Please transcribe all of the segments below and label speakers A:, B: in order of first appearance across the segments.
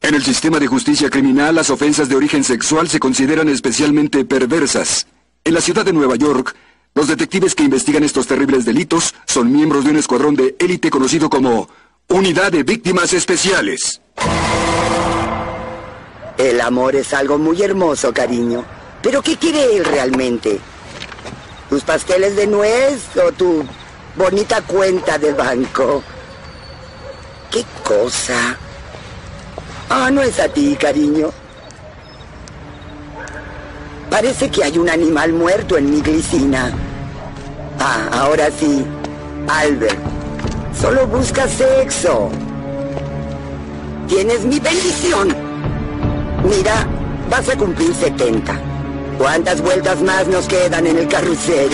A: En el sistema de justicia criminal, las ofensas de origen sexual se consideran especialmente perversas. En la ciudad de Nueva York, los detectives que investigan estos terribles delitos son miembros de un escuadrón de élite conocido como Unidad de Víctimas Especiales.
B: El amor es algo muy hermoso, cariño. Pero ¿qué quiere él realmente? ¿Tus pasteles de nuez o tu bonita cuenta de banco? ¿Qué cosa? Ah, no es a ti, cariño. Parece que hay un animal muerto en mi glicina. Ah, ahora sí. Albert, solo busca sexo. Tienes mi bendición. Mira, vas a cumplir 70. ¿Cuántas vueltas más nos quedan en el carrusel?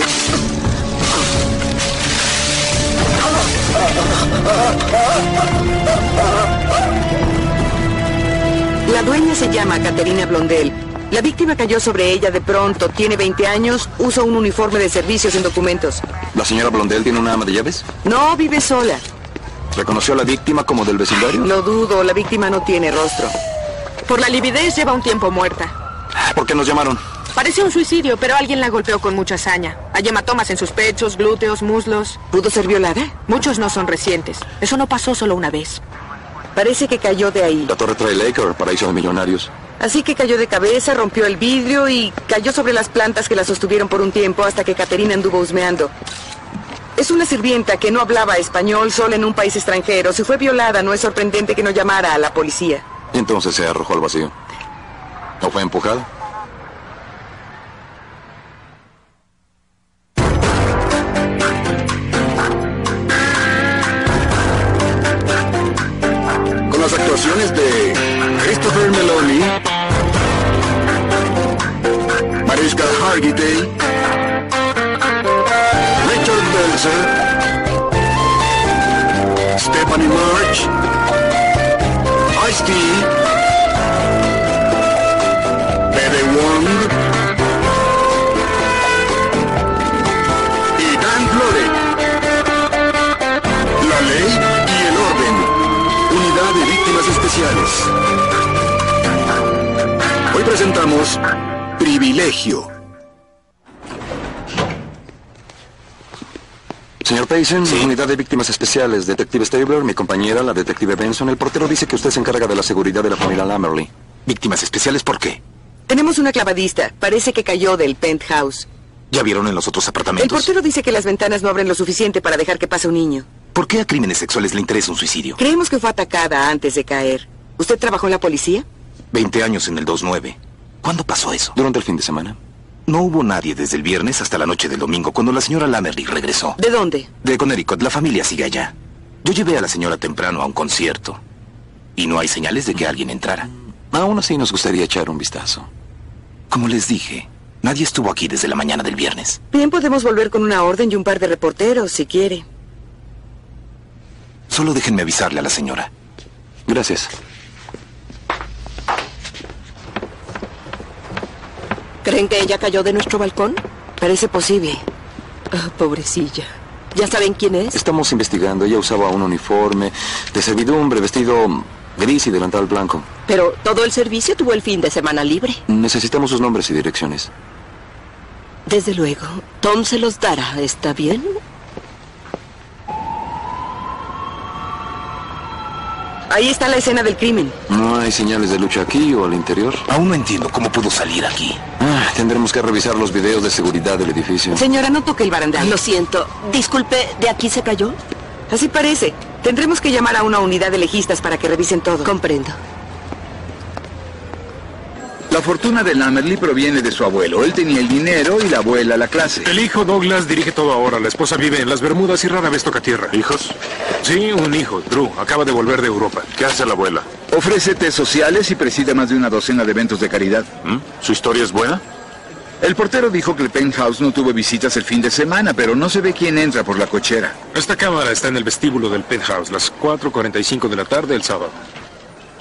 C: La dueña se llama Caterina Blondel. La víctima cayó sobre ella de pronto, tiene 20 años, usa un uniforme de servicios en documentos.
D: ¿La señora Blondel tiene una ama de llaves?
C: No, vive sola.
D: ¿Reconoció a la víctima como del vecindario?
C: Lo dudo, la víctima no tiene rostro.
E: Por la lividez lleva un tiempo muerta.
A: Ah,
D: ¿Por qué nos llamaron?
E: Parece un suicidio, pero alguien la golpeó con mucha hazaña. Hay hematomas en sus pechos, glúteos, muslos.
C: ¿Pudo ser violada?
E: Muchos no son recientes. Eso no pasó solo una vez.
C: Parece que cayó de ahí.
D: La torre Trailacre, paraíso de millonarios.
C: Así que cayó de cabeza, rompió el vidrio y cayó sobre las plantas que la sostuvieron por un tiempo hasta que Caterina anduvo husmeando. Es una sirvienta que no hablaba español solo en un país extranjero. Si fue violada, no es sorprendente que no llamara a la policía.
D: Y entonces se arrojó al vacío. ¿O fue empujada?
A: Con las actuaciones de Christopher Meloni, Mariska Hargitay, Richard Belzer, Stephanie March, Ice-T, Bebe Wong y Dan Florek. La ley y el orden. Unidad de víctimas especiales. Hoy presentamos Privilegio.
D: Señor Payson, unidad de víctimas especiales, detective Stabler, mi compañera, la detective Benson, el portero dice que usted se encarga de la seguridad de la familia Lamerly.
F: ¿Víctimas especiales por qué?
C: Tenemos una clavadista. Parece que cayó del penthouse.
F: ¿Ya vieron en los otros
C: El
F: apartamentos?
C: portero dice que las ventanas no abren lo suficiente para dejar que pase un niño.
F: ¿Por qué a crímenes sexuales le interesa un suicidio?
C: Creemos que fue atacada antes de caer. ¿Usted trabajó en la policía?
F: 20 años en el 2-9. ¿Cuándo pasó eso?
D: Durante el fin de semana.
F: No hubo nadie desde el viernes hasta la noche del domingo cuando la señora Lamerly regresó.
C: ¿De dónde?
F: De Connecticut, la familia sigue allá. Yo llevé a la señora temprano a un concierto. Y no hay señales de que alguien entrara.
D: Aún así nos gustaría echar un vistazo.
F: Como les dije, nadie estuvo aquí desde la mañana del viernes.
C: Bien, podemos volver con una orden y un par de reporteros, si quiere.
F: Solo déjenme avisarle a la señora.
D: Gracias.
E: ¿Creen que ella cayó de nuestro balcón?
C: Parece posible.
E: pobrecilla. ¿Ya saben quién es?
D: Estamos investigando. Ella usaba un uniforme de servidumbre, vestido gris y delantal blanco.
E: Pero todo el servicio tuvo el fin de semana libre.
D: Necesitamos sus nombres y direcciones.
E: Desde luego. Tom se los dará, ¿está bien?
C: Ahí está la escena del crimen.
D: ¿No hay señales de lucha aquí o al interior?
F: Aún no entiendo cómo pudo salir aquí.
D: Ah, tendremos que revisar los videos de seguridad del edificio.
C: Señora, no toque el barandal.
E: Lo siento. Disculpe, ¿de aquí se cayó?
C: Así parece. Tendremos que llamar a una unidad de legistas para que revisen todo.
E: Comprendo.
G: La fortuna de Lamerly proviene de su abuelo. Él tenía el dinero y la abuela la clase.
H: El hijo Douglas dirige todo ahora. La esposa vive en las Bermudas y rara vez toca tierra.
I: ¿Hijos?
H: Sí, un hijo, Drew. Acaba de volver de Europa.
I: ¿Qué hace la abuela?
G: Ofrece test sociales y preside más de una docena de eventos de caridad.
I: ¿Mm? ¿Su historia es buena?
G: El portero dijo que el penthouse no tuvo visitas el fin de semana, pero no se ve quién entra por la cochera.
H: Esta cámara está en el vestíbulo del penthouse, las 4.45 de la tarde el sábado.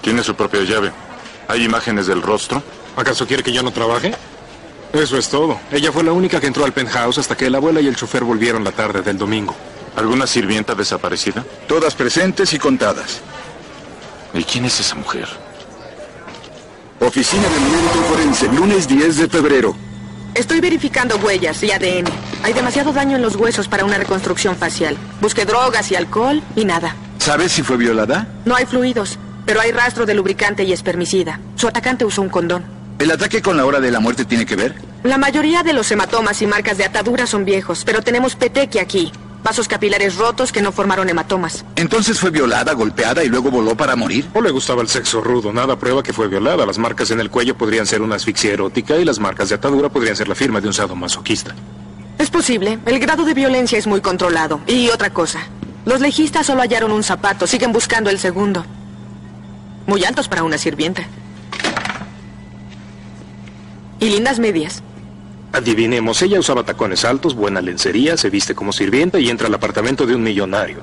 I: Tiene su propia llave. ¿Hay imágenes del rostro?
H: ¿Acaso quiere que yo no trabaje? Eso es todo. Ella fue la única que entró al penthouse hasta que la abuela y el chofer volvieron la tarde del domingo.
I: ¿Alguna sirvienta desaparecida?
G: Todas presentes y contadas.
I: ¿Y quién es esa mujer?
A: Oficina de Médico Forense, lunes 10 de febrero.
E: Estoy verificando huellas y ADN. Hay demasiado daño en los huesos para una reconstrucción facial. Busqué drogas y alcohol y nada.
G: ¿Sabes si fue violada?
E: No hay fluidos, pero hay rastro de lubricante y espermicida. Su atacante usó un condón.
G: ¿El ataque con la hora de la muerte tiene que ver?
E: La mayoría de los hematomas y marcas de atadura son viejos, pero tenemos petequia aquí. Vasos capilares rotos que no formaron hematomas.
G: Entonces fue violada, golpeada y luego voló para morir.
H: No le gustaba el sexo rudo, nada prueba que fue violada. Las marcas en el cuello podrían ser una asfixia erótica y las marcas de atadura podrían ser la firma de un sadomasoquista.
E: Es posible. El grado de violencia es muy controlado. Y otra cosa. Los legistas solo hallaron un zapato. Siguen buscando el segundo. Muy altos para una sirvienta. Y lindas medias.
H: Adivinemos, ella usaba tacones altos, buena lencería, se viste como sirvienta y entra al apartamento de un millonario.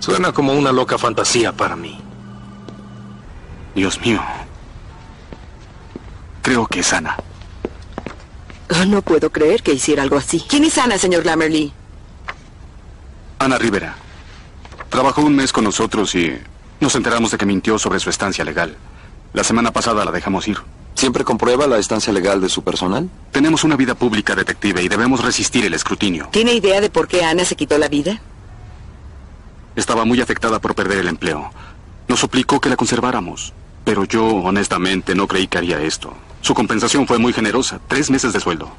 H: Suena como una loca fantasía para mí.
F: Dios mío. Creo que es Ana.
J: No puedo creer que hiciera algo así.
C: ¿Quién es Ana, señor Glamerly?
F: Ana Rivera. Trabajó un mes con nosotros y nos enteramos de que mintió sobre su estancia legal. La semana pasada la dejamos ir.
D: ¿Siempre comprueba la estancia legal de su personal?
F: Tenemos una vida pública, detective, y debemos resistir el escrutinio.
C: ¿Tiene idea de por qué Ana se quitó la vida?
F: Estaba muy afectada por perder el empleo. Nos suplicó que la conserváramos. Pero yo, honestamente, no creí que haría esto. Su compensación fue muy generosa, tres meses de sueldo.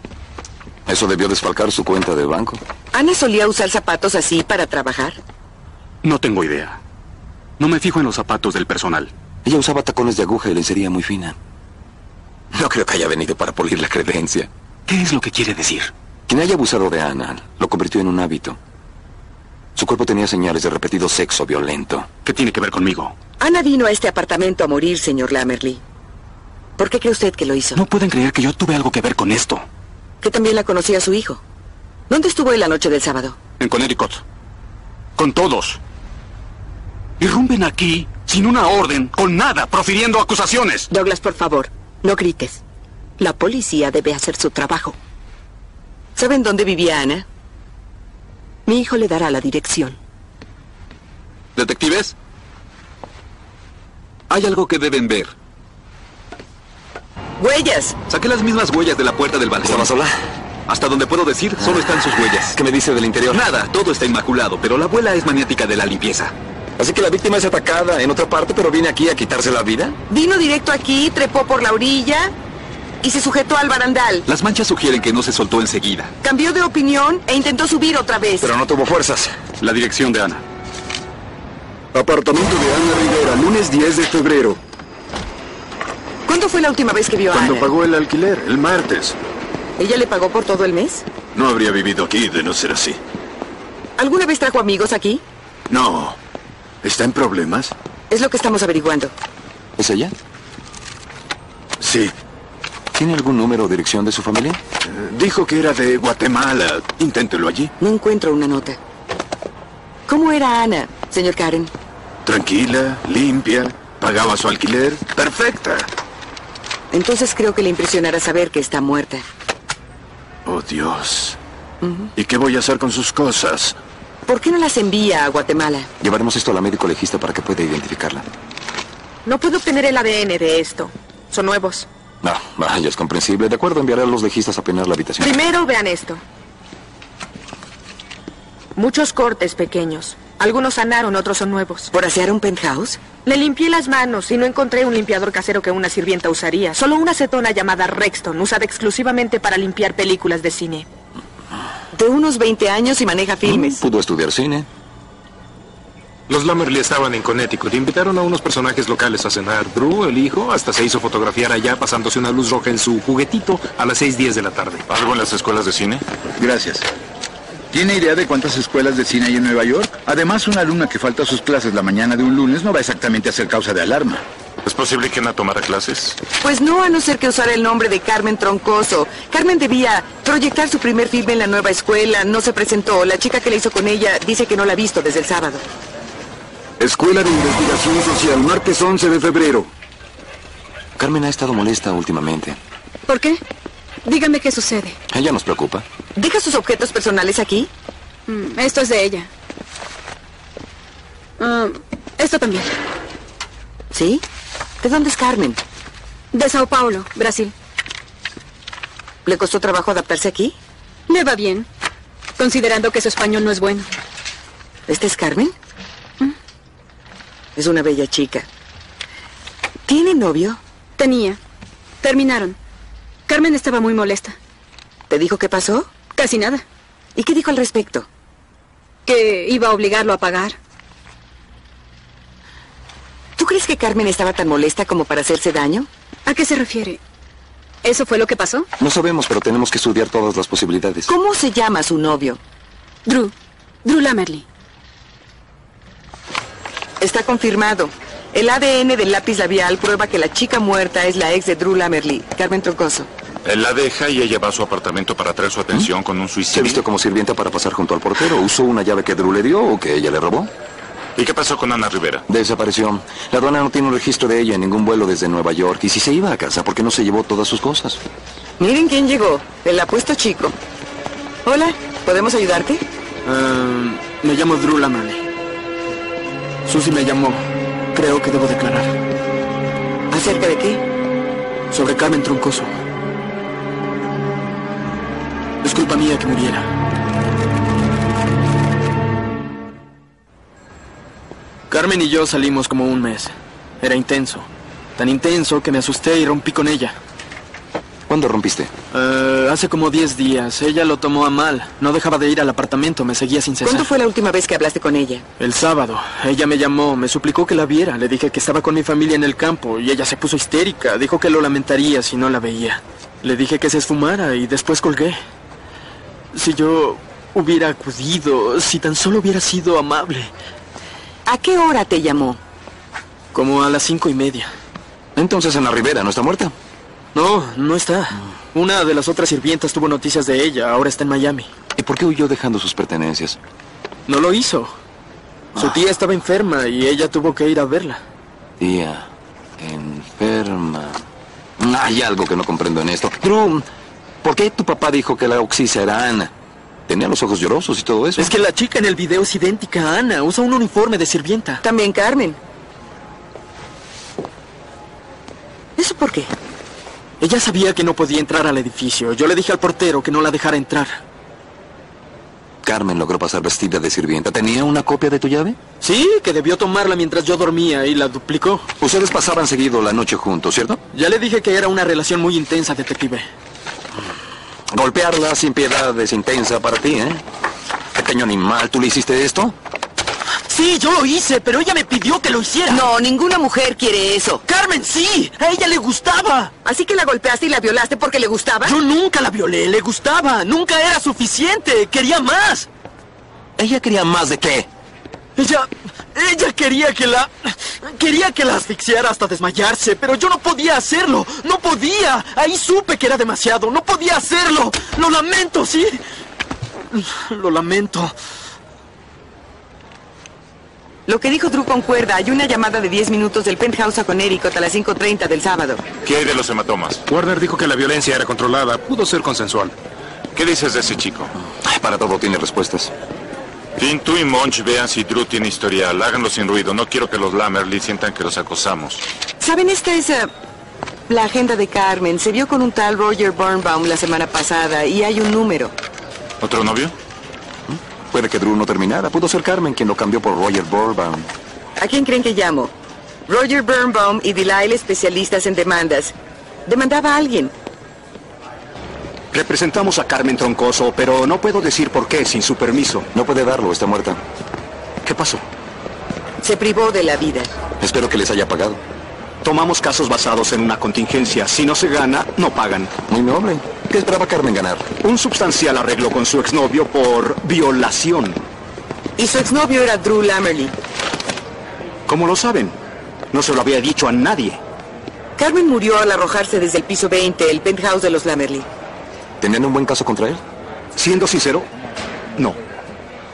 D: Eso debió desfalcar su cuenta de banco.
C: ¿Ana solía usar zapatos así para trabajar?
F: No tengo idea. No me fijo en los zapatos del personal.
D: Ella usaba tacones de aguja y lencería muy fina. No creo que haya venido para pulir la credencia.
F: ¿Qué es lo que quiere decir?
D: Quien haya abusado de Ana lo convirtió en un hábito. Su cuerpo tenía señales de repetido sexo violento.
F: ¿Qué tiene que ver conmigo?
C: Ana vino a este apartamento a morir, señor Lamerly. ¿Por qué cree usted que lo hizo?
F: No pueden creer que yo tuve algo que ver con esto.
C: Que también la conocía su hijo. ¿Dónde estuvo él la noche del sábado?
F: En Connecticut. Con todos. Irrumben aquí sin una orden, con nada, profiriendo acusaciones.
J: Douglas, por favor, no grites. La policía debe hacer su trabajo.
C: ¿Saben dónde vivía Ana?
J: Mi hijo le dará la dirección.
K: ¿Detectives? Hay algo que deben ver.
C: ¡Huellas!
K: Saqué las mismas huellas de la puerta del balcón.
D: ¿Estaba sola?
K: Hasta donde puedo decir, solo están sus huellas.
D: ¿Qué me dice del interior?
K: Nada, todo está inmaculado, pero la abuela es maniática de la limpieza.
D: Así que la víctima es atacada en otra parte, pero viene aquí a quitarse la vida.
C: Vino directo aquí, trepó por la orilla y se sujetó al barandal.
K: Las manchas sugieren que no se soltó enseguida.
C: Cambió de opinión e intentó subir otra vez.
D: Pero no tuvo fuerzas.
F: La dirección de Ana.
A: Apartamento de Ana Rivera, lunes 10 de febrero.
C: ¿Cuándo fue la última vez que vio a
L: Cuando
C: Ana?
L: pagó el alquiler, el martes.
C: ¿Ella le pagó por todo el mes?
L: No habría vivido aquí de no ser así.
C: ¿Alguna vez trajo amigos aquí?
L: No. ¿Está en problemas?
C: Es lo que estamos averiguando.
D: ¿Es ella?
L: Sí.
D: ¿Tiene algún número o dirección de su familia?
L: Eh, Dijo que era de Guatemala. Inténtelo allí.
C: No encuentro una nota. ¿Cómo era Ana, señor Karen?
L: Tranquila, limpia, pagaba su alquiler. Perfecta.
C: Entonces creo que le impresionará saber que está muerta.
L: Oh, Dios. ¿Y qué voy a hacer con sus cosas?
C: ¿Por qué no las envía a Guatemala?
D: Llevaremos esto a la médico legista para que pueda identificarla.
E: No puedo obtener el ADN de esto. Son nuevos.
D: No, vaya, es comprensible. De acuerdo, enviaré a los legistas a penar la habitación.
E: Primero vean esto. Muchos cortes pequeños. Algunos sanaron, otros son nuevos.
C: ¿Por asear un penthouse?
E: Le limpié las manos y no encontré un limpiador casero que una sirvienta usaría. Solo una acetona llamada Rexton, usada exclusivamente para limpiar películas de cine. Mm.
C: De unos 20 años y maneja filmes.
D: Pudo estudiar cine.
H: Los Lamerly estaban en Connecticut. Invitaron a unos personajes locales a cenar. Drew, el hijo, hasta se hizo fotografiar allá pasándose una luz roja en su juguetito a las 6.10 de la tarde.
I: ¿Algo en las escuelas de cine?
G: Gracias. ¿Tiene idea de cuántas escuelas de cine hay en Nueva York? Además, una alumna que falta a sus clases la mañana de un lunes no va exactamente a ser causa de alarma.
I: ¿Es posible que Ana tomara clases?
C: Pues no, a no ser que usara el nombre de Carmen Troncoso. Carmen debía proyectar su primer filme en la nueva escuela. No se presentó. La chica que le hizo con ella dice que no la ha visto desde el sábado.
A: Escuela de Investigación Social, martes 11 de febrero.
D: Carmen ha estado molesta últimamente.
M: ¿Por qué? Dígame qué sucede.
D: Ella nos preocupa.
C: ¿Deja sus objetos personales aquí?
M: Mm, Esto es de ella. Ah, esto también.
C: ¿Sí? ¿De dónde es Carmen?
M: De Sao Paulo, Brasil.
C: ¿Le costó trabajo adaptarse aquí?
M: Le va bien, considerando que su español no es bueno. Mm.
C: ¿Esta es Carmen? Es una bella chica. ¿Tiene novio?
M: Tenía. Terminaron. Carmen estaba muy molesta.
C: ¿Te dijo qué pasó?
M: Casi nada.
C: ¿Y qué dijo al respecto?
M: Que iba a obligarlo a pagar.
C: ¿Tú crees que Carmen estaba tan molesta como para hacerse daño?
M: ¿A qué se refiere? ¿Eso fue lo que pasó?
D: No sabemos, pero tenemos que estudiar todas las posibilidades.
C: ¿Cómo se llama su novio?
M: Drew. Drew Lamerly.
C: Está confirmado. El ADN del lápiz labial prueba que la chica muerta es la ex de Drew Lamerly, Carmen Troncoso.
I: Él la deja y ella va a su apartamento para atraer su atención con un
D: Se
I: suicidio.
D: vistió como sirvienta para pasar junto al portero. Usó una llave que Drew le dio o que ella le robó.
I: ¿Y qué pasó con Ana Rivera?
D: Desapareció. La aduana no tiene un registro de ella en ningún vuelo desde Nueva York. Y si se iba a casa, ¿por qué no se llevó todas sus cosas?
C: Miren quién llegó, el apuesto chico. Hola, ¿podemos ayudarte?
N: Ehm, me llamo Drew Lamerly. Susie me llamó. Creo que debo declarar.
C: ¿Acerca de qué?
N: Sobre Carmen Troncoso. Es culpa mía que muriera. Carmen y yo salimos como un mes. Era intenso. Tan intenso que me asusté y rompí con ella.
D: ¿Cuándo rompiste?
N: Eh, hace como 10 días. Ella lo tomó a mal. No dejaba de ir al apartamento. Me seguía sin cesar.
C: ¿Cuándo fue la última vez que hablaste con ella?
N: El sábado, ella me llamó, me suplicó que la viera, le dije que estaba con mi familia en el campo y ella se puso histérica, dijo que lo lamentaría si no la veía. Le dije que se esfumara y después colgué. Si yo hubiera acudido, si tan solo hubiera sido amable.
C: ¿A qué hora te llamó?
N: Como a las cinco y media.
D: Entonces Ana Rivera no está muerta.
N: No, no está. Una de las otras sirvientas tuvo noticias de ella, ahora está en Miami.
D: ¿Y por qué huyó dejando sus pertenencias? Ah.
N: No lo hizo. Su tía estaba enferma y ella tuvo que ir a verla.
D: Tía, enferma. Hay algo que no comprendo en esto. Drew, ¿por qué tu papá dijo que la Oxisa era Ana? Tenía los ojos llorosos y todo eso.
N: Es que la chica en el video es idéntica a Ana, usa un uniforme de sirvienta.
C: También Carmen. ¿Eso por qué?
N: Ella sabía que no podía entrar al edificio. Yo le dije al portero que no la dejara entrar.
D: Carmen logró pasar vestida de sirvienta. ¿Tenía una copia de tu llave?
N: Sí, que debió tomarla mientras yo dormía y la duplicó.
D: Ustedes pasaban seguido la noche juntos, ¿cierto?
N: Ya le dije que era una relación muy intensa, detective.
D: Golpearla sin piedad es intensa para ti, ¿eh? Pequeño animal, ¿tú le hiciste esto?
O: Sí, yo lo hice, pero ella me pidió que lo hiciera.
C: No, ninguna mujer quiere eso.
O: Carmen, sí, a ella le gustaba.
C: Así que la golpeaste y la violaste porque le gustaba.
O: Yo nunca la violé, le gustaba. Nunca era suficiente, quería más.
D: ¿Ella quería más de qué?
O: Ella... Ella quería que la... Quería que la asfixiara hasta desmayarse, pero yo no podía hacerlo. No podía. Ahí supe que era demasiado. No podía hacerlo. Lo lamento, sí. Lo lamento.
C: Lo que dijo Drew concuerda. Hay una llamada de 10 minutos del penthouse a Connecticut a las 5.30 del sábado.
I: ¿Qué hay de los hematomas?
H: Warner dijo que la violencia era controlada, pudo ser consensual.
I: ¿Qué dices de ese chico?
D: Ay, para todo tiene respuestas.
I: Finn, tú y Monch vean si Drew tiene historial. Háganlo sin ruido. No quiero que los Lamerly sientan que los acosamos.
C: ¿Saben? Esta es eh, la agenda de Carmen. Se vio con un tal Roger Birnbaum la semana pasada y hay un número.
I: ¿Otro novio?
D: ¿Mm? Puede que Drew no terminara. Pudo ser Carmen quien lo cambió por Roger Borbaum.
C: ¿A quién creen que llamo? Roger Birnbaum y Delilah, especialistas en demandas. Demandaba a alguien.
P: Representamos a Carmen Troncoso, pero no puedo decir por qué sin su permiso.
D: No puede darlo, está muerta.
P: ¿Qué pasó?
C: Se privó de la vida.
D: Espero que les haya pagado.
P: Tomamos casos basados en una contingencia. Si no se gana, no pagan.
D: Muy noble. ¿Qué esperaba Carmen ganar?
P: Un sustancial arreglo con su exnovio por violación.
C: Y su exnovio era Drew Lamerly.
P: ¿Cómo lo saben? No se lo había dicho a nadie.
C: Carmen murió al arrojarse desde el piso 20, el penthouse de los Lamerly.
D: ¿Tenían un buen caso contra él?
P: Siendo sincero, no.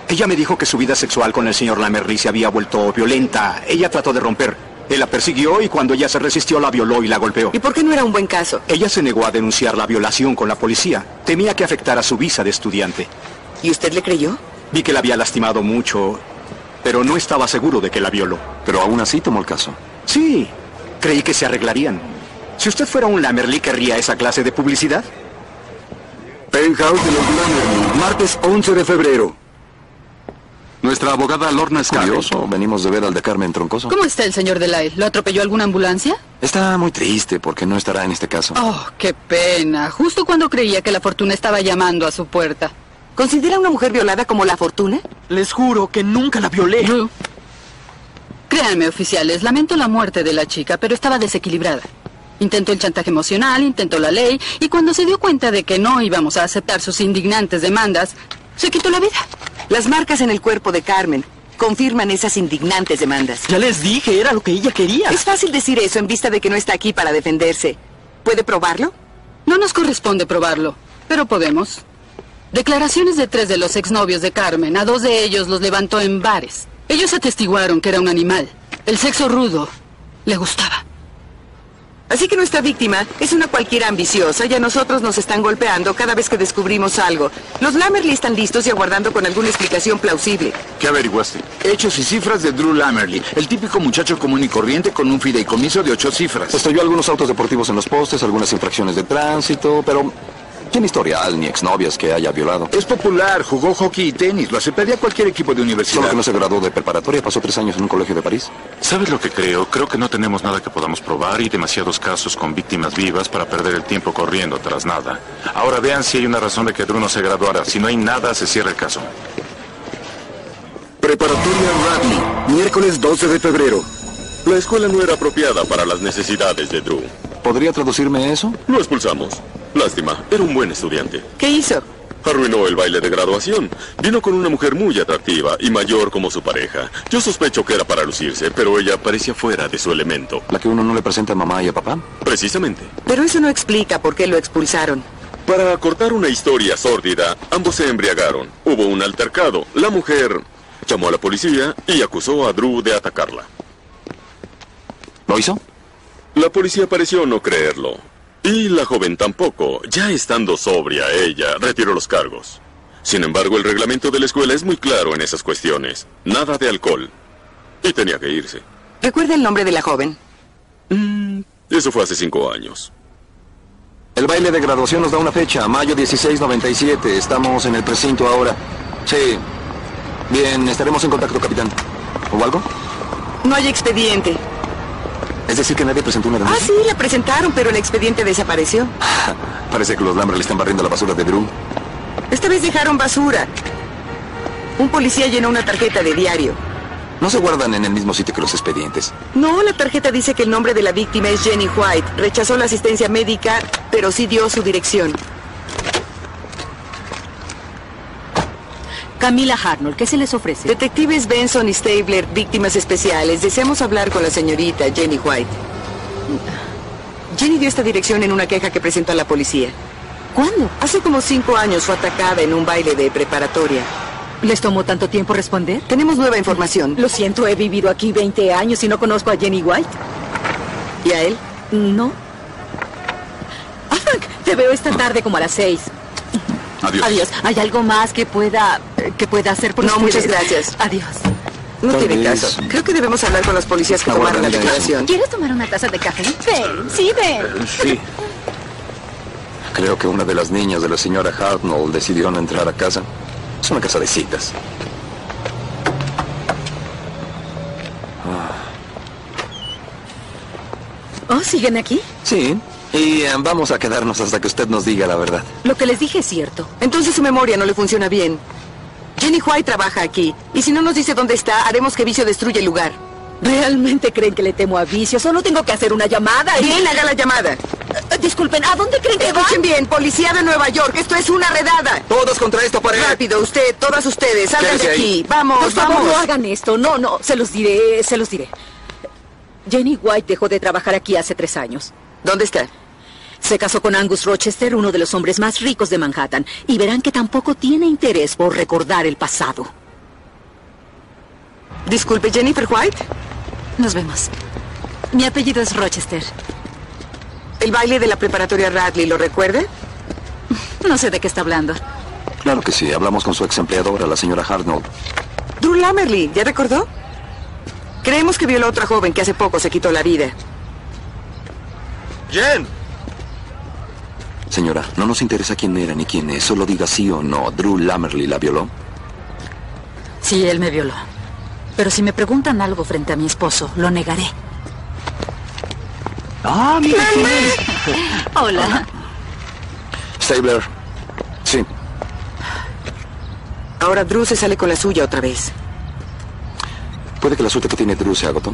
P: Ella me dijo que su vida sexual con el señor Lamerly se había vuelto violenta. Ella trató de romper. Él la persiguió y cuando ella se resistió la violó y la golpeó.
C: ¿Y por qué no era un buen caso?
P: Ella se negó a denunciar la violación con la policía. Temía que afectara su visa de estudiante.
C: ¿Y usted le creyó?
P: Vi que la había lastimado mucho, pero no estaba seguro de que la violó.
D: Pero aún así tomó el caso.
P: Sí, creí que se arreglarían. Si usted fuera un Lamerly, ¿querría esa clase de publicidad?
A: Penthouse de los Lamerly, martes 11 de febrero.
F: Nuestra abogada Lorna Scarlett.
D: Curioso, venimos de ver al de Carmen Troncoso.
M: ¿Cómo está el señor Delay? ¿Lo atropelló alguna ambulancia?
D: Está muy triste porque no estará en este
A: Ah,
D: caso.
M: Oh, qué pena. Justo cuando creía que la fortuna estaba llamando a su puerta.
E: ¿Considera a una mujer violada como la fortuna?
O: Les juro que nunca la violé.
M: Créanme, oficiales, lamento la muerte de la chica, pero estaba desequilibrada. Intentó el chantaje emocional, intentó la ley, y cuando se dio cuenta de que no íbamos a aceptar sus indignantes demandas, se quitó la vida.
C: Las marcas en el cuerpo de Carmen confirman esas indignantes demandas.
O: Ya les dije, era lo que ella quería.
C: Es fácil decir eso en vista de que no está aquí para defenderse. ¿Puede probarlo?
M: No nos corresponde probarlo, pero podemos. Declaraciones de tres de los exnovios de Carmen. A dos de ellos los levantó en bares. Ellos atestiguaron que era un animal. El sexo rudo le gustaba.
C: Así que nuestra víctima es una cualquiera ambiciosa y a nosotros nos están golpeando cada vez que descubrimos algo. Los Lamerly están listos y aguardando con alguna explicación plausible.
I: ¿Qué averiguaste?
G: Hechos y cifras de Drew Lamerly, el típico muchacho común y corriente con un fideicomiso de ocho cifras.
D: Estrelló Pues algunos autos deportivos en los postes, algunas infracciones de tránsito, pero tiene historial ni exnovias que haya violado.
G: Es popular, jugó hockey y tenis, lo aceptaría cualquier equipo de universidad.
D: Solo que no se graduó de preparatoria, pasó tres años en un colegio de París.
I: ¿Sabes lo que creo? Creo que no tenemos nada que podamos probar y demasiados casos con víctimas vivas para perder el tiempo corriendo tras nada. Ahora vean si hay una razón de que Drew no se graduara. Si no hay nada, se cierra el caso.
A: Preparatoria Radley, miércoles 12 de febrero.
Q: La escuela no era apropiada para las necesidades de Drew.
D: ¿Podría traducirme eso?
Q: Lo expulsamos. Lástima, era un buen estudiante.
C: ¿Qué hizo?
Q: Arruinó el baile de graduación. Vino con una mujer muy atractiva y mayor como su pareja. Yo sospecho que era para lucirse, pero ella parecía fuera de su elemento.
D: ¿La que uno no le presenta a mamá y a papá?
Q: Precisamente.
C: Pero eso no explica por qué lo expulsaron.
Q: Para acortar una historia sórdida, ambos se embriagaron. Hubo un altercado. La mujer llamó a la policía y acusó a Drew de atacarla.
D: ¿Lo hizo?
Q: La policía pareció no creerlo. Y la joven tampoco. Ya estando sobria ella, retiró los cargos. Sin embargo, el reglamento de la escuela es muy claro en esas cuestiones. Nada de alcohol. Y tenía que irse.
C: ¿Recuerda el nombre de la joven?
Q: Mm, eso fue hace cinco años.
D: El baile de graduación nos da una fecha, mayo 1697. Estamos en el precinto ahora. Sí. Bien, estaremos en contacto, capitán. ¿O algo?
C: No hay expediente.
D: Es decir, que nadie presentó una denuncia.
C: Ah, sí, la presentaron, pero el expediente desapareció.
D: Parece que los Lambert le están barriendo la basura de Drew.
C: Esta vez dejaron basura. Un policía llenó una tarjeta de diario.
D: No se guardan en el mismo sitio que los expedientes.
C: No, la tarjeta dice que el nombre de la víctima es Jenny White. Rechazó la asistencia médica, pero sí dio su dirección.
M: Camila Harnold, ¿qué se les ofrece?
C: Detectives Benson y Stabler, víctimas especiales. Deseamos hablar con la señorita Jenny White. Jenny dio esta dirección en una queja que presentó a la policía.
M: ¿Cuándo?
C: Hace como cinco años fue atacada en un baile de preparatoria.
M: ¿Les tomó tanto tiempo responder?
C: Tenemos nueva información.
M: Lo siento, he vivido aquí 20 años y no conozco a Jenny White.
C: ¿Y a él?
M: No. Ah, Frank, te veo esta tarde como a las seis.
I: Adiós.
M: Adiós. ¿Hay algo más que pueda que pueda hacer por
C: No,
M: ustedes?
C: muchas gracias.
M: Adiós.
C: No
D: Tal
C: tiene
D: vez.
C: caso. Creo que debemos hablar con los policías que
D: Aguarda,
C: tomaron la
D: mira eso.
C: declaración.
M: ¿Quieres tomar una taza de café? Ven, sí, ven.
D: Sí. Creo que una de las niñas de la señora Hartnell decidió no entrar a casa. Es una casa de citas. Ah,
M: Oh, ¿siguen aquí?
D: Sí. Y eh, vamos a quedarnos hasta que usted nos diga la verdad.
M: Lo que les dije es cierto.
C: Entonces su memoria no le funciona bien. Jenny White trabaja aquí, y si no nos dice dónde está, haremos que Vicio destruya el lugar.
M: ¿Realmente creen que le temo a vicio? Solo tengo que hacer una llamada y...
C: Bien, haga la llamada.
M: Eh, disculpen, ¿a dónde creen que van?
C: Escuchen bien, policía de Nueva York, esto es una redada.
D: Todos contra esta pared.
C: Rápido, usted, todas ustedes, salgan de
D: Quédese ahí.
C: aquí. Vamos,
M: Por favor,
C: vamos.
M: no hagan esto. No, no, se los diré, se los diré. Jenny White dejó de trabajar aquí hace tres años.
C: ¿Dónde está?
M: Se casó con Angus Rochester, uno de los hombres más ricos de Manhattan, y verán que tampoco tiene interés por recordar el pasado.
C: Disculpe, Jennifer White.
M: Nos vemos. Mi apellido es Rochester.
C: El baile de la preparatoria Radley, ¿lo recuerda?
M: No sé de qué está hablando.
D: Claro que sí. Hablamos con su ex empleadora, la señora Hartnell.
C: Drew Lamerly, ¿ya recordó? Creemos que violó a otra joven que hace poco se quitó la vida.
R: Jen.
D: Señora, no nos interesa quién era ni quién es. Solo diga sí o no. ¿Drew Lamerly la violó?
S: Sí, él me violó. Pero si me preguntan algo frente a mi esposo, lo negaré.
L: ¡Ah, mira quién es!
S: Hola.
D: Stabler. Sí.
C: Ahora Drew se sale con la suya otra vez.
D: ¿Puede que la suerte que tiene Drew se agotó?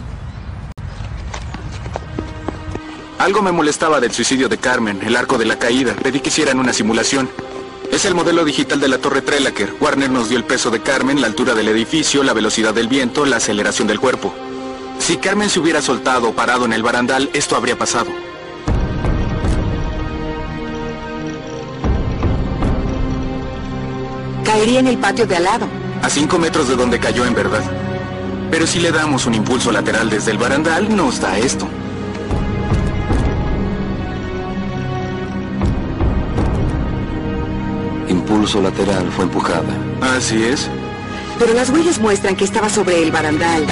L: Algo me molestaba del suicidio de Carmen, el arco de la caída. Pedí que hicieran una simulación. Es el modelo digital de la torre Trelaker. Warner nos dio el peso de Carmen, la altura del edificio, la velocidad del viento, la aceleración del cuerpo. Si Carmen se hubiera soltado o parado en el barandal, esto habría pasado.
E: Caería en el patio de al lado.
L: A 5 metros de donde cayó en verdad. Pero si le damos un impulso lateral desde el barandal, nos da esto.
D: Impulso lateral fue empujada.
L: Así es.
E: Pero las huellas muestran que estaba sobre el barandal,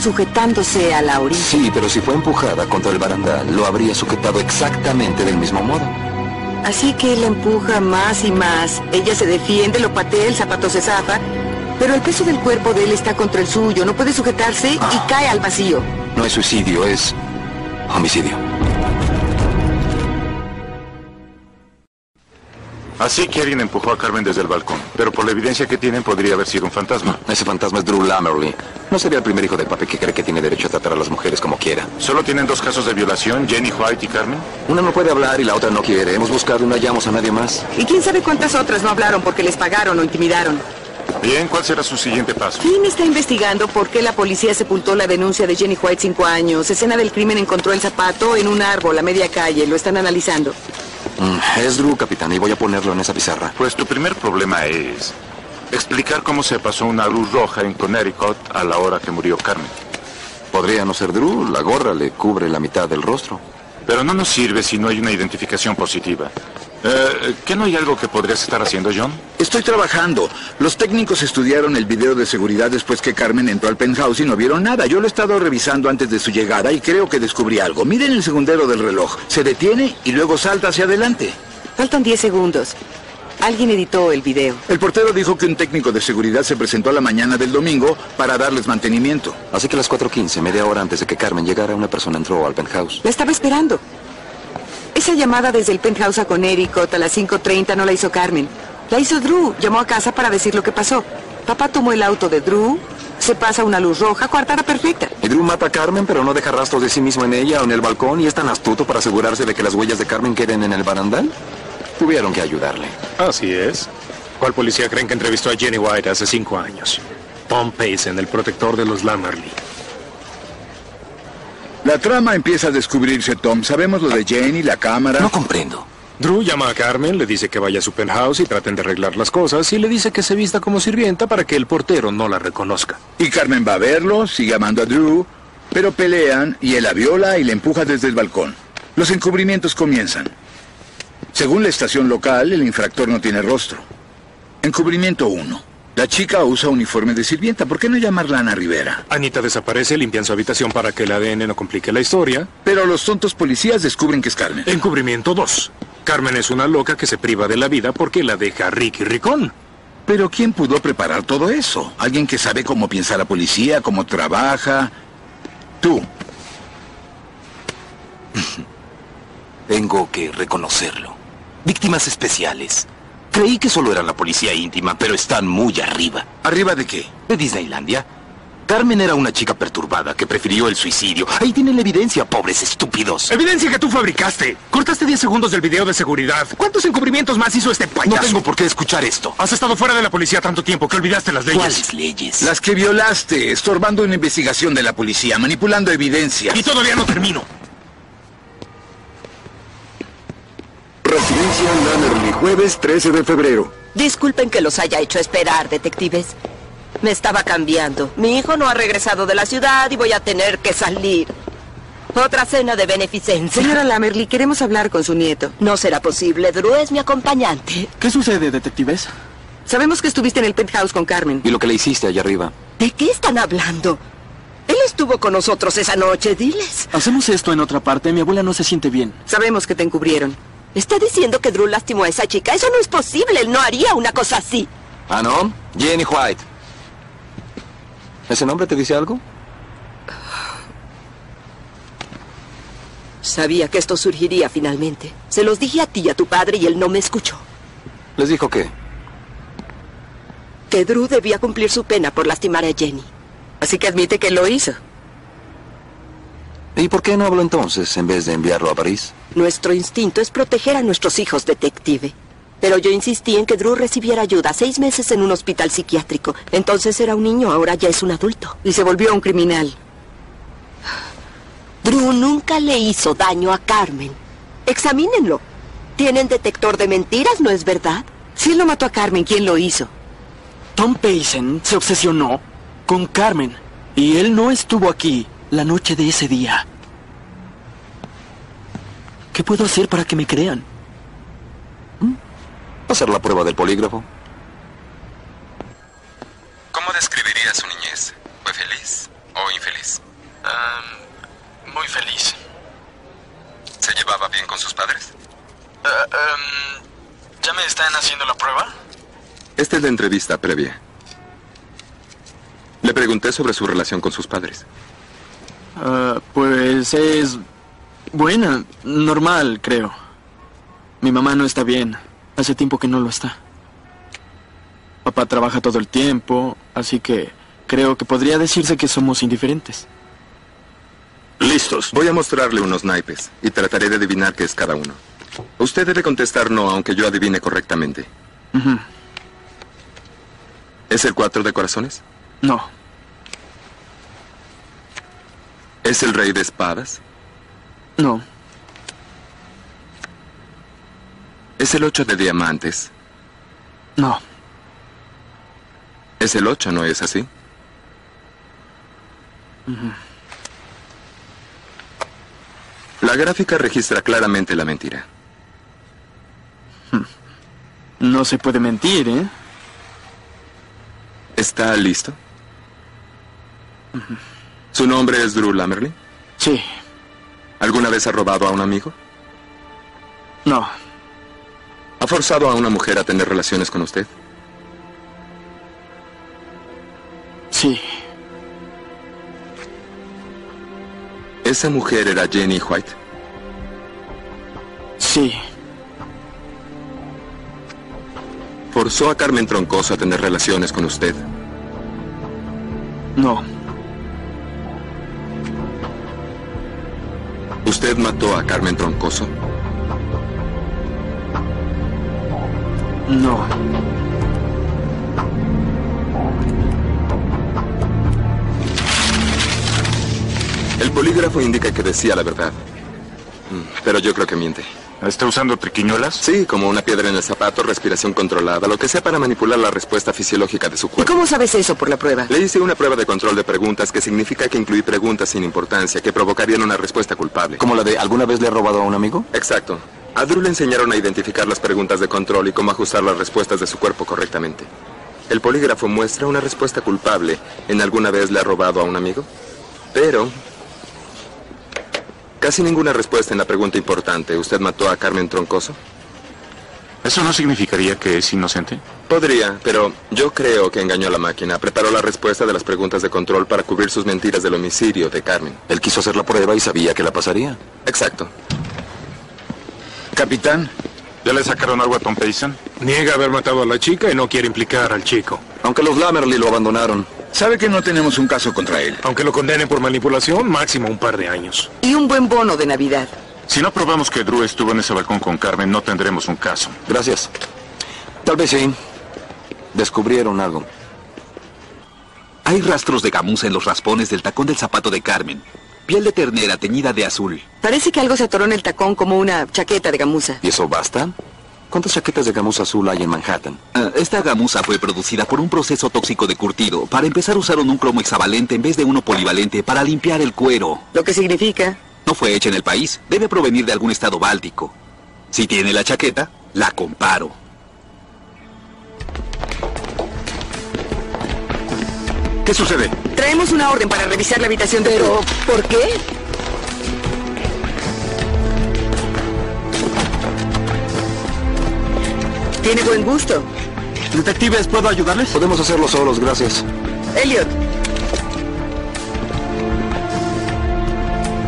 E: sujetándose a la orilla.
D: Sí, pero si fue empujada contra el barandal, lo habría sujetado exactamente del mismo modo.
C: Así que él la empuja más y más. Ella se defiende, lo patea, el zapato se zafa. Pero el peso del cuerpo de él está contra el suyo, no puede sujetarse y cae al vacío.
D: No es suicidio, es homicidio.
I: Así que alguien empujó a Carmen desde el balcón, pero por la evidencia que tienen podría haber sido un fantasma.
D: Ese fantasma es Drew Lamerly. No sería el primer hijo de papi que cree que tiene derecho a tratar a las mujeres como quiera.
I: Solo tienen dos casos de violación, Jenny White y Carmen.
D: Una no puede hablar y la otra no quiere. Hemos buscado y no hallamos a nadie más.
C: Y quién sabe cuántas otras no hablaron porque les pagaron o intimidaron.
I: Bien, ¿cuál será su siguiente paso?
C: ¿Quién está investigando por qué la policía sepultó la denuncia de Jenny White cinco años? Escena del crimen encontró el zapato en un árbol a media calle. Lo están analizando.
D: Mm, Es Drew, capitán, y voy a ponerlo en esa pizarra.
I: Pues tu primer problema es explicar cómo se pasó una luz roja en Connecticut a la hora que murió Carmen.
D: Podría no ser Drew, la gorra le cubre la mitad del rostro.
I: Pero no nos sirve si no hay una identificación positiva. Eh, ¿Qué no hay algo que podrías estar haciendo, John?
G: Estoy trabajando. Los técnicos estudiaron el video de seguridad después que Carmen entró al penthouse y no vieron nada. Yo lo he estado revisando antes de su llegada y creo que descubrí algo. Miren el segundero del reloj. Se detiene y luego salta hacia adelante.
C: Faltan 10 segundos. Alguien editó el video.
G: El portero dijo que un técnico de seguridad se presentó a la mañana del domingo para darles mantenimiento.
D: Así que a las 4.15, media hora antes de que Carmen llegara, una persona entró al penthouse.
C: La estaba esperando. Esa llamada desde el penthouse a Connecticut a las 5.30 no la hizo Carmen. La hizo Drew. Llamó a casa para decir lo que pasó. Papá tomó el auto de Drew, se pasa una luz roja, coartada perfecta.
D: Y Drew mata a Carmen, pero no deja rastros de sí mismo en ella o en el balcón y es tan astuto para asegurarse de que las huellas de Carmen queden en el barandal. Tuvieron que ayudarle.
K: Ah,
H: Así es. ¿Cuál policía creen que entrevistó a Jenny White hace cinco años? Tom Payson, el protector de los Lamerly.
G: La trama empieza a descubrirse, Tom. Sabemos lo de Jenny, la cámara. No comprendo.
H: Drew llama a Carmen, le dice que vaya a su penthouse y traten de arreglar las cosas y le dice que se vista como sirvienta para que el portero no la reconozca.
G: Y Carmen va a verlo, sigue amando a Drew, pero pelean y él la viola y la empuja desde el balcón. Los encubrimientos comienzan. Según la estación local, el infractor no tiene rostro. Encubrimiento 1. La chica usa uniforme de sirvienta. ¿Por qué no llamarla Ana Rivera?
H: Anita desaparece, limpian su habitación para que el ADN no complique la historia.
G: Pero los tontos policías descubren que es Carmen.
H: Encubrimiento 2. Carmen es una loca que se priva de la vida porque la deja Ricky Ricón.
G: Pero ¿quién pudo preparar todo eso? Alguien que sabe cómo piensa la policía, cómo trabaja. Tú.
K: Tengo que reconocerlo. Víctimas especiales. Creí que solo eran la policía íntima, pero están muy arriba.
G: ¿Arriba de qué?
K: De Disneylandia. Carmen era una chica perturbada que prefirió el suicidio. Ahí tienen la evidencia, pobres estúpidos.
R: Evidencia que tú fabricaste. Cortaste 10 segundos del video de seguridad. ¿Cuántos encubrimientos más hizo este payaso?
K: No tengo por qué escuchar esto.
R: Has estado fuera de la policía tanto tiempo que olvidaste las leyes.
K: ¿Cuáles leyes?
G: Las que violaste, estorbando una investigación de la policía, manipulando evidencia.
R: Y todavía no termino.
A: Residencia Lamerly, jueves 13 de febrero.
J: Disculpen que los haya hecho esperar, detectives. Me estaba cambiando. Mi hijo no ha regresado de la ciudad y voy a tener que salir. Otra cena de beneficencia.
C: Señora Lamerly, queremos hablar con su nieto.
J: No será posible. Drew es mi acompañante.
N: ¿Qué sucede, detectives?
C: Sabemos que estuviste en el penthouse con Carmen.
D: Y lo que le hiciste allá arriba.
J: ¿De qué están hablando? Él estuvo con nosotros esa noche, diles.
N: Hacemos esto en otra parte. Mi abuela no se siente bien.
C: Sabemos que te encubrieron.
J: Está diciendo que Drew lastimó a esa chica. Eso no es posible. Él no haría una cosa así.
D: ¿Ah, no? Jenny White. ¿Ese nombre te dice algo?
J: Sabía que esto surgiría finalmente. Se los dije a ti y a tu padre y él no me escuchó.
D: ¿Les dijo qué?
J: Que Drew debía cumplir su pena por lastimar a Jenny.
C: Así que admite que lo hizo.
D: ¿Y por qué no habló entonces en vez de enviarlo a París?
J: Nuestro instinto es proteger a nuestros hijos, detective. Pero yo insistí en que Drew recibiera ayuda seis meses en un hospital psiquiátrico. Entonces era un niño, ahora ya es un adulto.
C: Y se volvió un criminal.
J: Drew nunca le hizo daño a Carmen. Examínenlo. ¿Tienen detector de mentiras, no es verdad?
C: Si él no mató a Carmen, ¿quién lo hizo?
N: Tom Payson se obsesionó con Carmen. Y él no estuvo aquí la noche de ese día. ¿Qué puedo hacer para que me crean?
D: Hacer la prueba del polígrafo.
T: ¿Cómo describiría su niñez? ¿Fue feliz o infeliz?
U: Um, muy feliz.
T: ¿Se llevaba bien con sus padres?
U: Uh, um, ¿Ya me están haciendo la prueba?
T: Esta es la entrevista previa. Le pregunté sobre su relación con sus padres.
N: Ah, pues es buena, normal, creo. Mi mamá no está bien. Hace tiempo que no lo está. Papá trabaja todo el tiempo, así que creo que podría decirse que somos indiferentes.
T: Listos. Voy a mostrarle unos naipes y trataré de adivinar qué es cada uno. Usted debe contestar no, aunque yo adivine correctamente.
N: Ujú.
T: ¿Es el cuatro de corazones?
N: No,
T: ¿Es el rey de espadas?
N: no,
T: ¿Es el ocho de diamantes?
N: no.
T: Es el ocho, ¿no es así?
N: Ujú.
T: La gráfica registra claramente la mentira.
N: No se puede mentir, ¿eh?
T: ¿Está listo? ¿Su nombre es Drew Lamerly?
N: Sí.
T: ¿Alguna vez ha robado a un amigo?
N: No,
T: ¿Ha forzado a una mujer a tener relaciones con usted?
N: sí.
T: ¿Esa mujer era Jenny White?
N: Sí.
T: ¿Forzó a Carmen Troncoso a tener relaciones con usted?
N: No,
T: ¿Usted mató a Carmen Troncoso?
N: no.
T: El polígrafo indica que decía la verdad. Mm, Pero yo creo que miente.
I: ¿Está usando triquiñuelas?
T: Sí, como una piedra en el zapato, respiración controlada, lo que sea para manipular la respuesta fisiológica de su
C: ¿Y
T: cuerpo.
C: cómo sabes eso por la prueba?
T: Le hice una prueba de control de preguntas que significa que incluí preguntas sin importancia que provocarían una respuesta culpable.
D: Como la de ¿alguna vez le ha robado a un amigo?
T: Exacto. A Drew le enseñaron a identificar las preguntas de control y cómo ajustar las respuestas de su cuerpo correctamente. El polígrafo muestra una respuesta culpable en alguna vez le ha robado a un amigo, pero casi ninguna respuesta en la pregunta importante. ¿Usted mató a Carmen Troncoso?
I: ¿Eso no significaría que es inocente?
T: Podría, pero yo creo que engañó a la máquina. Preparó la respuesta de las preguntas de control para cubrir sus mentiras del homicidio de Carmen.
D: Él quiso hacer la prueba y sabía que la pasaría.
T: Exacto.
G: Capitán.
I: ¿Ya le sacaron algo a Tom Payson?
H: Niega haber matado a la chica y no quiere implicar al chico.
D: Aunque los Lamerly lo abandonaron.
G: Sabe que no tenemos un caso contra él.
H: Aunque lo condenen por manipulación, máximo un par de años.
C: Y un buen bono de Navidad.
I: Si no probamos que Drew estuvo en ese balcón con Carmen, no tendremos un caso.
D: Gracias. Tal vez sí. Descubrieron algo.
K: Hay rastros de gamuza en los raspones del tacón del zapato de Carmen. Piel de ternera teñida de azul.
C: Parece que algo se atoró en el tacón como una chaqueta de gamuza.
D: ¿Y eso basta? ¿Cuántas chaquetas de gamuza azul hay en Manhattan?
K: Ah, Esta gamuza fue producida por un proceso tóxico de curtido. Para empezar usaron un cromo hexavalente en vez de uno polivalente para limpiar el cuero.
C: Lo que significa
K: No fue hecha en el país. Debe provenir de algún estado báltico. Si tiene la chaqueta, la comparo.
I: ¿Qué sucede?
C: Traemos una orden para revisar la habitación de Pero, ¿por qué? Tiene buen gusto.
N: Detectives, ¿puedo ayudarles?
D: Podemos hacerlo solos, gracias.
C: Elliot.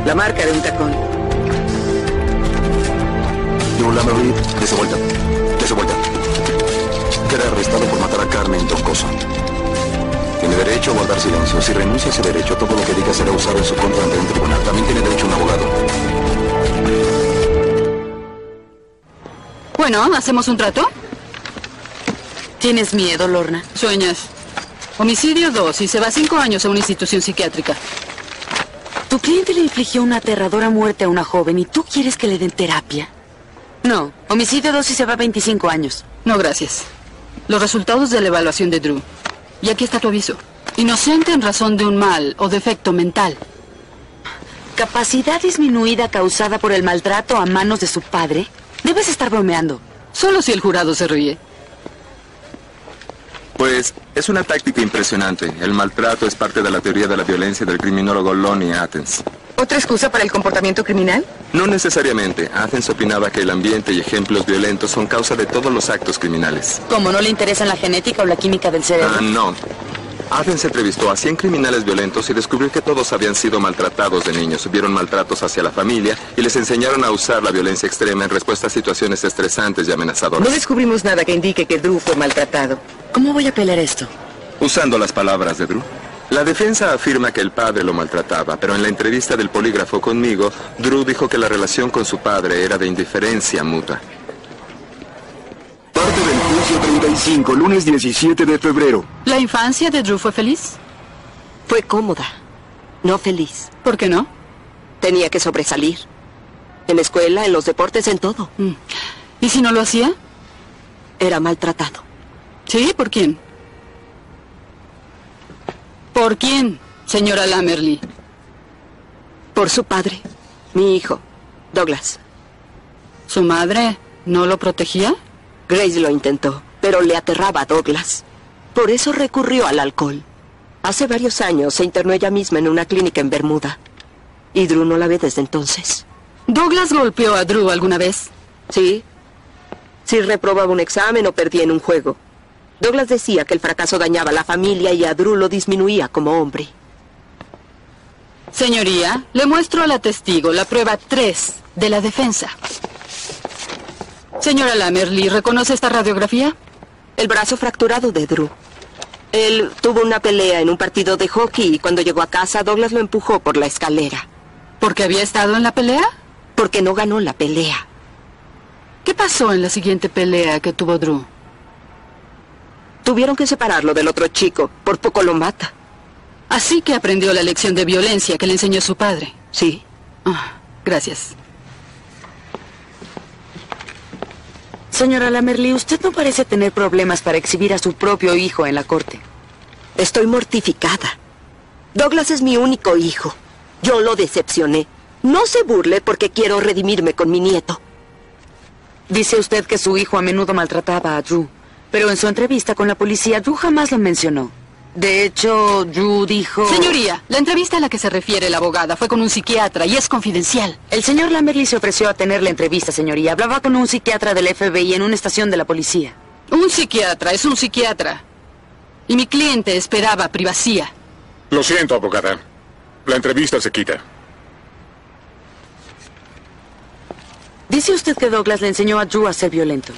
C: La marca de un tacón.
D: Drew Lamerly, de su vuelta. De su vuelta. Queda arrestado por matar a Carmen Troncoso. Tiene derecho a guardar silencio. Si renuncia a ese derecho, todo lo que diga será usado en su contra ante un tribunal. También tiene derecho a un abogado.
M: Bueno, ¿hacemos un trato? ¿Tienes miedo, Lorna? Sueñas. Homicidio 2 y se va cinco años a una institución psiquiátrica.
S: Tu cliente le infligió una aterradora muerte a una joven y tú quieres que le den terapia. No, homicidio 2 y se va 25 años.
M: No, gracias. Los resultados de la evaluación de Drew. Y aquí está tu aviso. Inocente en razón de un mal o defecto mental.
S: Capacidad disminuida causada por el maltrato a manos de su padre. Debes estar bromeando.
M: Solo si el jurado se ríe.
T: Pues es una táctica impresionante. El maltrato es parte de la teoría de la violencia del criminólogo Lonnie Athens.
C: ¿Otra excusa para el comportamiento criminal?
T: No necesariamente. Athens opinaba que el ambiente y ejemplos violentos son causa de todos los actos criminales.
S: Como no le interesan la genética o la química del cerebro.
T: Ah, no. Athens entrevistó a 100 criminales violentos y descubrió que todos habían sido maltratados de niños, vieron maltratos hacia la familia y les enseñaron a usar la violencia extrema en respuesta a situaciones estresantes y
C: No
T: amenazadoras.
C: descubrimos nada que indique que Drew fue maltratado.
S: ¿Cómo voy a pelear esto?
T: Usando las palabras de Drew. La defensa afirma que el padre lo maltrataba, pero en la entrevista del polígrafo conmigo, Drew dijo que la relación con su padre era de indiferencia mutua.
A: Parte del juicio 35, lunes 17 de febrero.
M: ¿La infancia de Drew fue feliz?
J: Fue cómoda, no feliz.
M: ¿Por qué no?
J: Tenía que sobresalir. En la escuela, en los deportes, en todo.
M: Mm. ¿Y si no lo hacía?
J: Era maltratado.
M: ¿Sí? ¿Por quién? ¿Por quién, señora Lamerly?
J: Por su padre, mi hijo, Douglas.
M: ¿Su madre no lo protegía?
J: Grace lo intentó, pero le aterraba a Douglas. Por eso recurrió al alcohol. Hace varios años se internó ella misma en una clínica en Bermuda. Y Drew no la ve desde entonces.
M: ¿Douglas golpeó a Drew alguna vez?
J: Sí. Si reprobaba un examen o perdía en un juego. Douglas decía que el fracaso dañaba a la familia y a Drew lo disminuía como hombre.
M: Señoría, le muestro a la testigo la prueba 3 de la defensa. Señora Lamerly, ¿reconoce esta radiografía?
J: El brazo fracturado de Drew. Él tuvo una pelea en un partido de hockey y cuando llegó a casa Douglas lo empujó por la escalera.
M: ¿Porque había estado en la pelea?
J: Porque no ganó la pelea.
M: ¿Qué pasó en la siguiente pelea que tuvo Drew?
J: Tuvieron que separarlo del otro chico. Por poco lo mata.
M: Así que aprendió la lección de violencia que le enseñó su padre.
J: Sí.
M: Ah, gracias.
S: Señora Lamerly, usted no parece tener problemas para exhibir a su propio hijo en la corte.
J: Estoy mortificada. Douglas es mi único hijo. Yo lo decepcioné. No se burle porque quiero redimirme con mi nieto.
S: Dice usted que su hijo a menudo maltrataba a Drew, pero en su entrevista con la policía Drew jamás lo mencionó. De hecho, Drew
J: Oh.
S: dijo...
M: Señoría, la entrevista a la que se refiere la abogada fue con un psiquiatra y es confidencial.
S: El señor Lamerly se ofreció a tener la entrevista, señoría. Hablaba con un psiquiatra del FBI en una estación de la policía.
M: Un psiquiatra es un psiquiatra. Y mi cliente esperaba privacidad.
B: Lo siento, abogada. La entrevista se quita.
S: Dice usted que Douglas le enseñó a Drew a ser violento.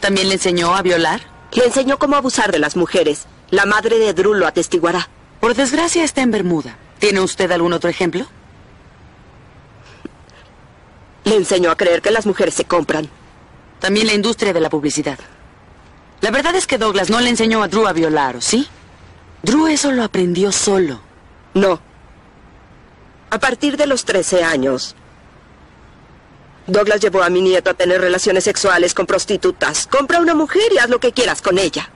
J: ¿También le enseñó a violar? Le enseñó cómo abusar de las mujeres. La madre de Drew lo atestiguará.
S: Por desgracia está en Bermuda. ¿Tiene usted algún otro ejemplo?
J: Le enseñó a creer que las mujeres se compran.
S: También la industria de la publicidad. La verdad es que Douglas no le enseñó a Drew a violar, ¿o sí? Drew eso lo aprendió solo.
J: No. A partir de los 13 años, Douglas llevó a mi nieto a tener relaciones sexuales con prostitutas. Compra una mujer y haz lo que quieras con ella.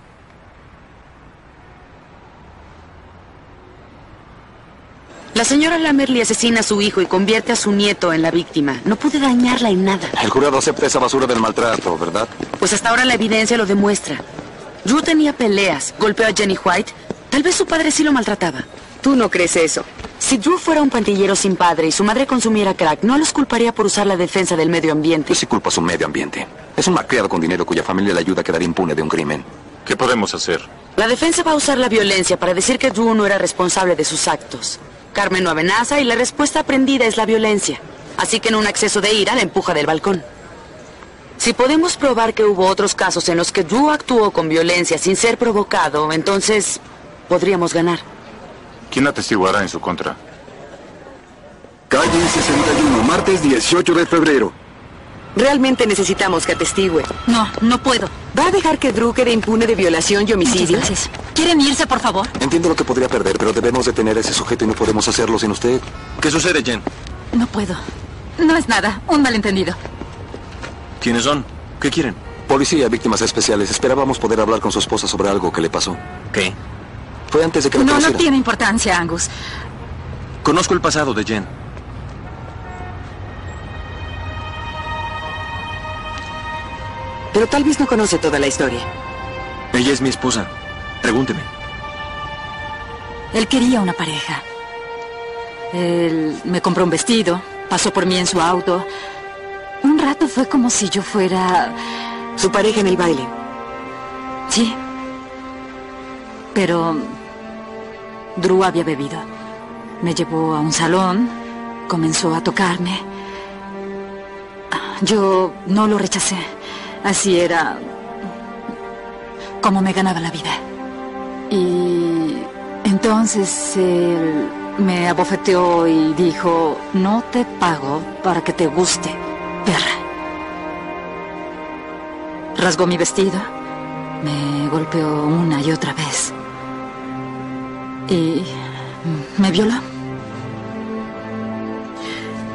S: La señora Lamerly asesina a su hijo y convierte a su nieto en la víctima. No pude dañarla en nada.
D: El jurado acepta esa basura del maltrato, ¿verdad?
S: Pues hasta ahora la evidencia lo demuestra. Drew tenía peleas, golpeó a Jenny White. Tal vez su padre sí lo maltrataba.
C: Tú no crees eso.
S: Si Drew fuera un pandillero sin padre y su madre consumiera crack, no los culparía por usar la defensa del medio
D: Yo
S: ambiente.
D: sí culpo a su medio ambiente. Es un malcriado con dinero cuya familia le ayuda a quedar impune de un crimen.
I: ¿Qué podemos hacer?
S: La defensa va a usar la violencia para decir que Drew no era responsable de sus actos. Carmen no amenaza y la respuesta aprendida es la violencia. Así que en un acceso de ira la empuja del balcón. Si podemos probar que hubo otros casos en los que Drew actuó con violencia sin ser provocado, entonces podríamos ganar.
I: ¿Quién atestiguará en su contra?
A: Calle 61, martes 18 de febrero.
C: Realmente necesitamos que atestigue.
P: No, no puedo.
C: ¿Va a dejar que Drew quede impune de violación y homicidio?
P: ¿Quieren irse, por favor?
D: Entiendo lo que podría perder, pero debemos detener a ese sujeto y no podemos hacerlo sin usted.
K: ¿Qué sucede, Jen?
P: No puedo. No es nada, un malentendido.
K: ¿Quiénes son? ¿Qué quieren?
D: Policía, víctimas especiales. Esperábamos poder hablar con su esposa sobre algo que le pasó.
K: ¿Qué?
D: Fue antes de que la
P: No, no
D: conociera.
P: tiene importancia, Angus.
K: Conozco el pasado de Jen.
C: Pero tal vez no conoce toda la historia.
K: Ella es mi esposa. Pregúnteme.
P: Él quería una pareja. Él me compró un vestido, pasó por mí en su auto. Un rato fue como si yo fuera...
C: Su pareja en el baile.
P: Sí. Pero... Drew había bebido. Me llevó a un salón, comenzó a tocarme. Yo no lo rechacé. Así era como me ganaba la vida. Y entonces él me abofeteó y dijo, no te pago para que te guste, perra. Rasgó mi vestido, me golpeó una y otra vez. Y me violó.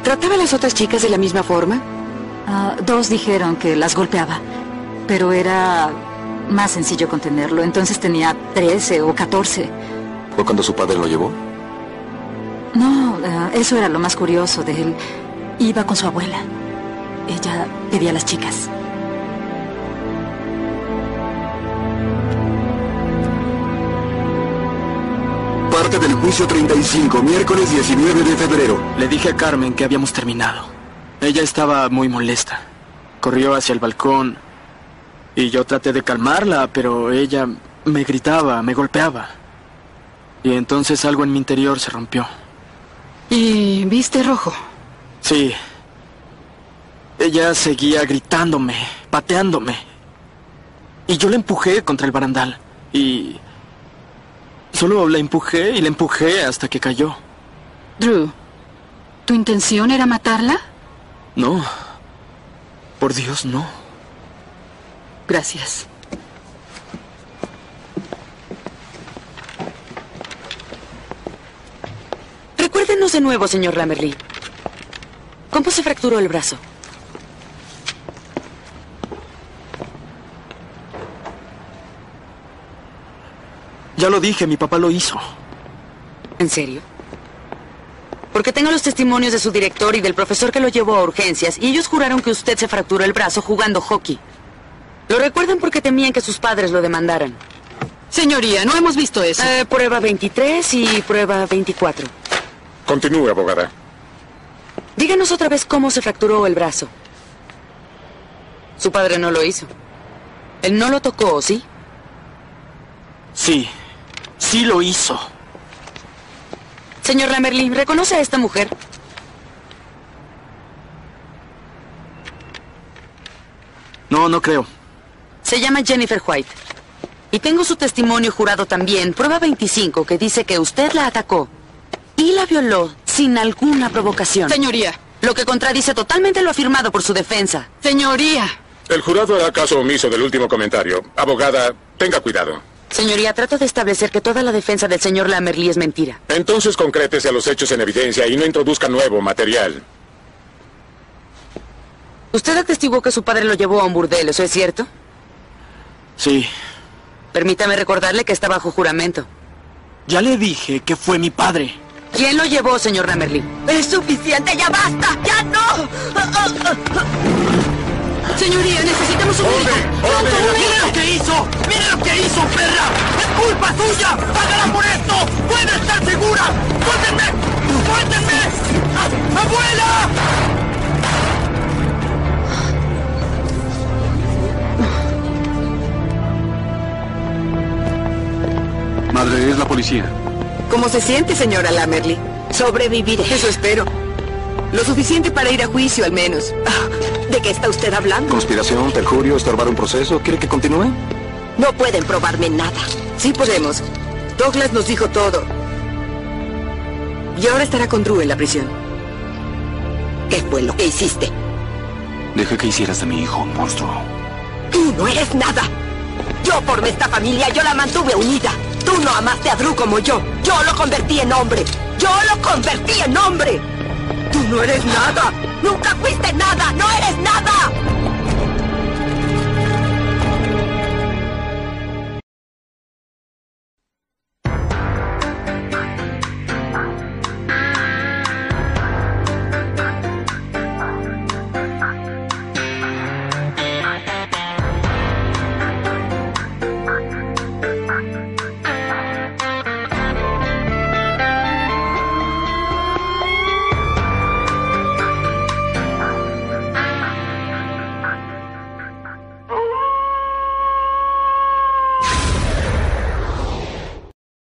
C: ¿Trataba a las otras chicas de la misma forma?
P: Ah, dos dijeron que las golpeaba, pero era más sencillo contenerlo. Entonces tenía 13 o 14.
D: ¿Fue cuando su padre lo llevó?
P: No, eh, eso era lo más curioso de él. Iba con su abuela. Ella pedía a las chicas.
A: Parte del juicio 35, miércoles 19 de febrero.
N: Le dije a Carmen que habíamos terminado. Ella estaba muy molesta. Corrió hacia el balcón y yo traté de calmarla, pero ella me gritaba, me golpeaba. Y entonces algo en mi interior se rompió.
M: ¿Y viste rojo?
N: Sí. Ella seguía gritándome, pateándome. Y yo la empujé contra el barandal. Y... Solo la empujé y la empujé hasta que cayó.
M: Drew, ¿tu intención era matarla?
N: No. Por Dios, no.
M: Gracias.
S: Recuérdenos de nuevo, señor Lamerly. ¿Cómo se fracturó el brazo?
N: Ya lo dije, mi papá lo hizo.
S: ¿En serio? Porque tengo los testimonios de su director y del profesor que lo llevó a urgencias, y ellos juraron que usted se fracturó el brazo jugando hockey. Lo recuerdan porque temían que sus padres lo demandaran. Eh,
M: Señoría, no hemos visto eso.
S: prueba 23 y prueba 24.
B: Continúe, abogada.
S: Díganos otra vez cómo se fracturó el brazo. Su padre no lo hizo. Él no lo tocó, ¿sí?
N: Sí. Sí lo hizo.
S: Señor Lamerly, ¿reconoce a esta mujer?
N: No, no creo.
S: Se llama Jennifer White. Y tengo su testimonio jurado también, prueba 25, que dice que usted la atacó y la violó sin alguna provocación.
M: Señoría.
S: Lo que contradice totalmente lo afirmado por su defensa.
M: Señoría.
B: El jurado hará caso omiso del último comentario. Abogada, tenga cuidado.
S: Señoría, trato de establecer que toda la defensa del señor Lamerly es mentira.
B: Entonces concrétese a los hechos en evidencia y no introduzca nuevo material.
S: Usted atestiguó que su padre lo llevó a un burdel, ¿eso es cierto?
N: Sí.
S: Permítame recordarle que está bajo juramento.
N: Ya le dije que fue mi padre.
S: ¿Quién lo llevó, señor Lamerly?
P: Es suficiente, ya basta, ya no.
V: Señoría, necesitamos un médico. ¡Pronto, un
A: ¡Mire
V: médico!
A: lo que hizo! ¡Mire lo que hizo, perra! ¡Es culpa suya! ¡Págala por esto! ¡Puede estar segura! ¡Suéltenme! ¡Suéltenme! ¡Ah! ¡Abuela!
Q: Madre, es la policía.
C: ¿Cómo se siente, señora Lamerly? Sobreviviré. Eso espero. Lo suficiente para ir a juicio, al menos.
J: ¿De qué está usted hablando?
D: Conspiración, perjurio, estorbar un proceso. ¿Quiere que continúe?
J: No pueden probarme nada.
C: Sí podemos. Douglas nos dijo todo. Y ahora estará con Drew en la prisión.
J: ¿Qué fue lo que hiciste?
W: Dejé que hicieras de mi hijo un monstruo.
J: Tú no eres nada. Yo formé esta familia, yo la mantuve unida. Tú no amaste a Drew como yo. Yo lo convertí en hombre. Yo lo convertí en hombre. Tú no eres nada. Nunca fuiste nada.